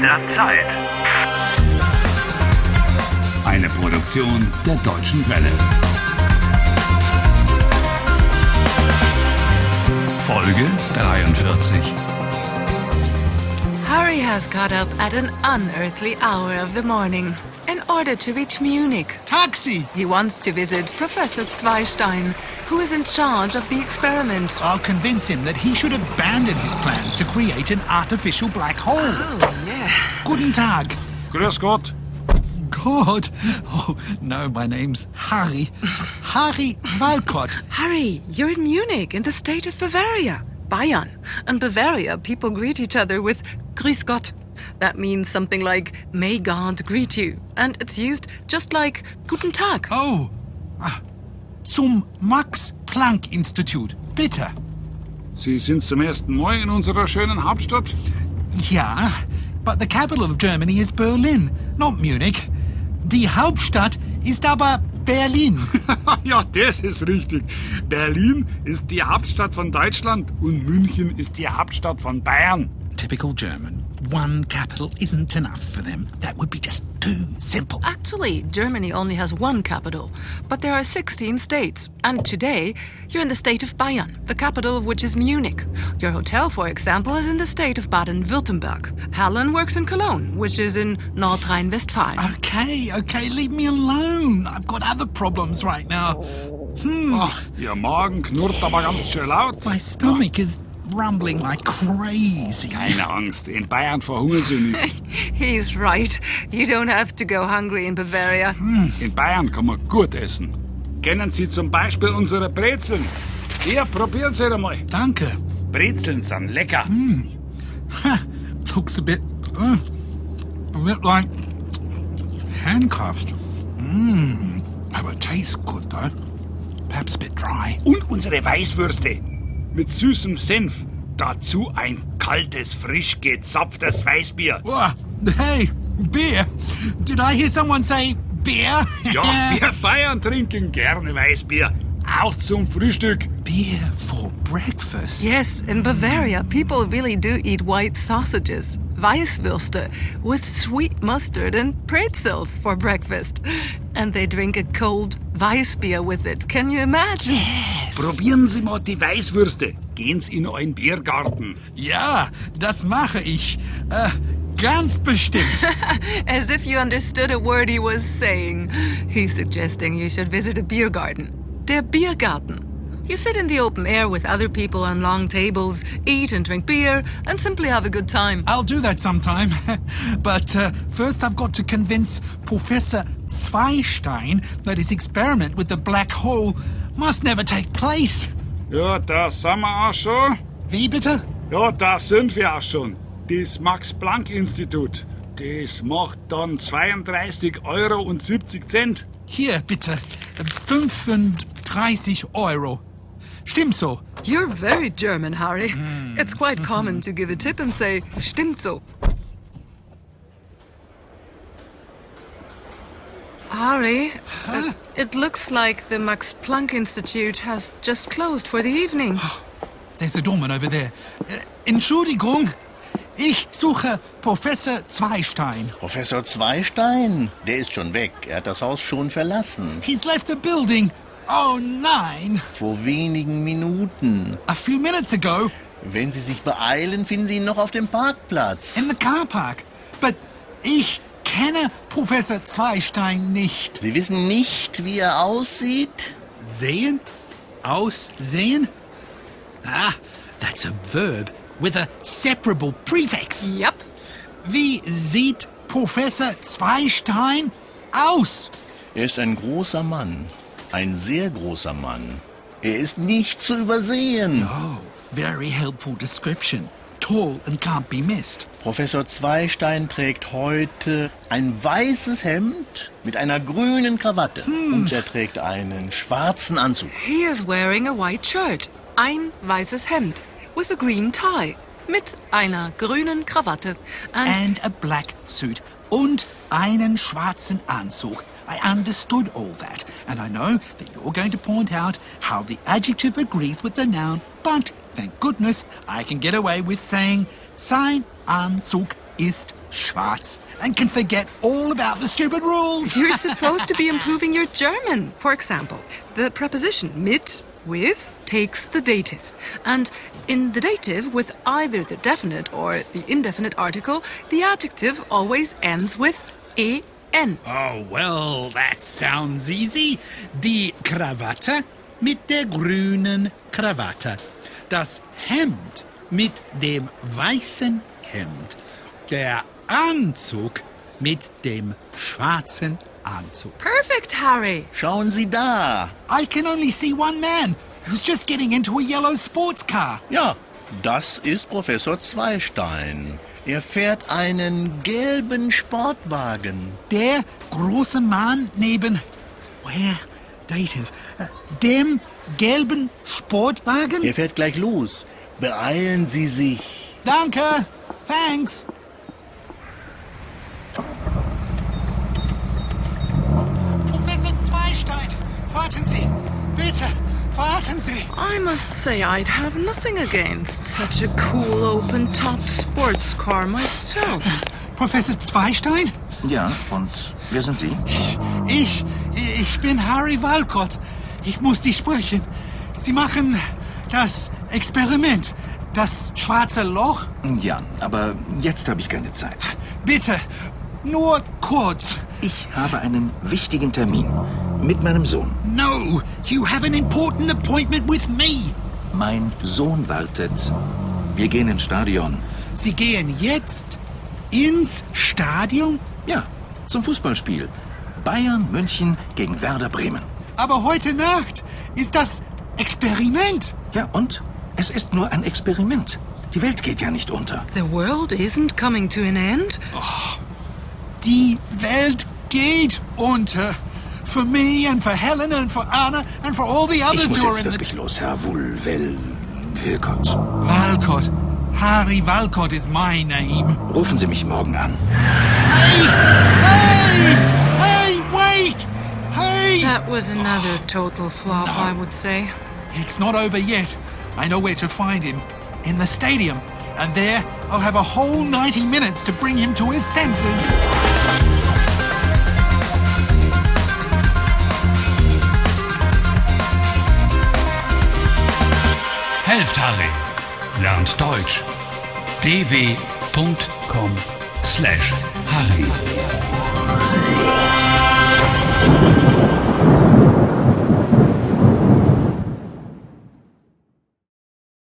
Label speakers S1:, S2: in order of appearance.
S1: der Zeit.
S2: Eine Produktion der Deutschen Welle. Folge 43.
S3: Harry has got up at an unearthly hour of the morning in order to reach Munich.
S4: Taxi!
S3: He wants to visit Professor Zweistein, who is in charge of the experiment.
S4: I'll convince him that he should abandon his plans to create an artificial black hole. Guten Tag.
S5: Grüß Gott.
S4: God. Oh, no, my name's Harry. Harry Walcott.
S3: Harry, you're in Munich, in the state of Bavaria. Bayern. In Bavaria, people greet each other with Grüß Gott. That means something like, May God greet you. And it's used just like Guten Tag.
S4: Oh. ah, Zum Max Planck Institut. Bitte.
S5: Sie sind zum ersten Mal in unserer schönen Hauptstadt?
S4: Ja, but the capital of Germany is Berlin, not Munich. Die Hauptstadt ist aber Berlin.
S5: Ah ja, das ist richtig. Berlin ist die Hauptstadt von Deutschland und München ist die Hauptstadt von Bayern.
S4: Typical German. One capital isn't enough for them. That would be just too simple.
S3: Actually, Germany only has one capital, but there are 16 states. And today, you're in the state of Bayern, the capital of which is Munich. Your hotel, for example, is in the state of Baden Württemberg. Helen works in Cologne, which is in North Rhine Westphalia.
S4: Ah. Okay, okay, leave me alone. I've got other problems right now. Hmm,
S5: Ihr Magen knurrt aber ganz schön laut.
S4: My stomach is rumbling like crazy.
S5: Keine Angst, in Bayern verhungern sie nicht.
S3: He's right. You don't have to go hungry in Bavaria.
S5: In Bayern kann man gut essen. Kennen Sie zum Beispiel unsere Brezeln? Ja, probieren Sie einmal.
S4: Danke.
S5: Brezeln sind lecker.
S4: Looks a bit. uh, a bit like. handcuffed. Mmm. But it tastes good though. Perhaps a bit dry.
S5: Und unsere Weißwürste. Mit süßem Senf. Dazu ein kaltes, frisch gezapftes Weißbier.
S4: Whoa, hey, beer. Did I hear someone say beer?
S5: Ja, wir Bayern trinken gerne Weißbier. Auch zum Frühstück.
S4: beer for breakfast.
S3: Yes, in Bavaria, people really do eat white sausages, Weisswürste, with sweet mustard and pretzels for breakfast. And they drink a cold Weissbier with it. Can you imagine?
S5: Probieren Sie mal die Weißwürste. Gehen Sie in euren Biergarten.
S4: Ja, das mache ich. Äh, ganz bestimmt.
S3: As if you understood a word he was saying. He's suggesting you should visit a beer garden. Der Biergarten. You sit in the open air with other people on long tables, eat and drink beer, and simply have a good time.
S4: I'll do that sometime. But uh, first I've got to convince Professor Zweistein that his experiment with the black hole must never take place.
S5: Ja, da sind wir auch schon.
S4: Wie bitte?
S5: Ja, da sind wir auch schon. Das Max-Planck-Institut. Das macht dann 32,70 Euro. und Cent.
S4: Hier, bitte. 35 Euro. Stimmt so.
S3: You're very German, Harry. It's quite common to give a tip and say, stimmt so. Harry, uh, it looks like the Max Planck Institute has just closed for the evening.
S4: There's a doorman over there. Äh, Entschuldigung. Ich suche Professor Zweistein.
S6: Professor Zweistein, der ist schon weg. Er hat das Haus schon verlassen.
S4: He's left the building. Oh nein.
S6: Vor wenigen Minuten.
S4: A few minutes ago,
S6: Wenn Sie sich beeilen, finden Sie ihn noch auf dem Parkplatz.
S4: in the car park. But ich kenne Professor Zweistein nicht.
S6: Sie wissen nicht, wie er aussieht?
S4: Sehen? Aussehen? Ah, that's a verb with a separable prefix.
S3: Yep.
S4: Wie sieht Professor Zweistein aus?
S6: Er ist ein großer Mann. Ein sehr großer Mann. Er ist nicht zu übersehen.
S4: Oh, very helpful description. Tall and can't be missed.
S6: Professor Zweistein trägt heute ein weißes Hemd mit einer grünen Krawatte. Und er trägt einen schwarzen Anzug.
S3: He is wearing a white shirt, ein weißes Hemd, with a green tie, mit einer grünen Krawatte. And,
S4: And a black suit. Und einen schwarzen Anzug. I understood all that, and I know that you're going to point out how the adjective agrees with the noun, but thank goodness I can get away with saying, sein Anzug ist Schwarz and can forget all about the stupid rules.
S3: You're supposed to be improving your German. For example, the preposition mit, with, takes the dative. And in the dative, with either the definite or the indefinite article, the adjective always ends with en.
S1: Oh, well, that sounds easy. Die Krawatte mit der grünen Krawatte. Das Hemd mit dem weißen Hemd. Der Anzug mit dem schwarzen Anzug.
S3: Perfect, Harry.
S6: Schauen Sie da.
S4: I can only see one man who's just getting into a yellow sports car.
S6: Ja, das ist Professor Zweistein. Er fährt einen gelben Sportwagen.
S4: Der große Mann neben. Where? Dative. Äh, Dem gelben Sportwagen?
S6: Er fährt gleich los. Beeilen Sie sich.
S4: Danke. Thanks. Professor Zweistein, warten Sie. Bitte, warten Sie.
S3: I must say I'd have nothing against such a cool open-top sports car myself.
S4: Professor Zweistein?
S7: Ja, und wer sind Sie?
S4: Ich, ich bin Harry Walcott. Ich muss Sie sprechen. Sie machen das Experiment. Das schwarze Loch?
S7: Ja, aber jetzt habe ich keine Zeit.
S4: Bitte, nur kurz.
S7: Ich habe einen wichtigen Termin mit meinem Sohn.
S4: No, you have an important appointment with me.
S7: Mein Sohn wartet. Wir gehen ins Stadion.
S4: Sie gehen jetzt ins Stadion?
S7: Ja, zum Fußballspiel. Bayern München gegen Werder Bremen.
S4: Aber heute Nacht ist das Experiment.
S7: Ja, und? Es ist nur ein Experiment. Die Welt geht ja nicht unter.
S3: The world isn't coming to an end.
S4: Die Welt geht unter. For me and for Helen and for Anna and for all the
S7: Ich
S4: others
S7: muss
S4: who are
S7: jetzt
S4: in the...
S7: wirklich los, Herr Wulwell Wilcox.
S4: Walcott. Harry Walcott is my name.
S7: Rufen Sie mich morgen an.
S4: Hey! Hey! Hey, wait! Hey!
S3: That was another total flop, I would say.
S4: It's not over yet. I know where to find him. In the stadium. And there, I'll have a whole 90 minutes to bring him to his senses.
S2: Helft Harry. Lernt Deutsch. dw.com/harry.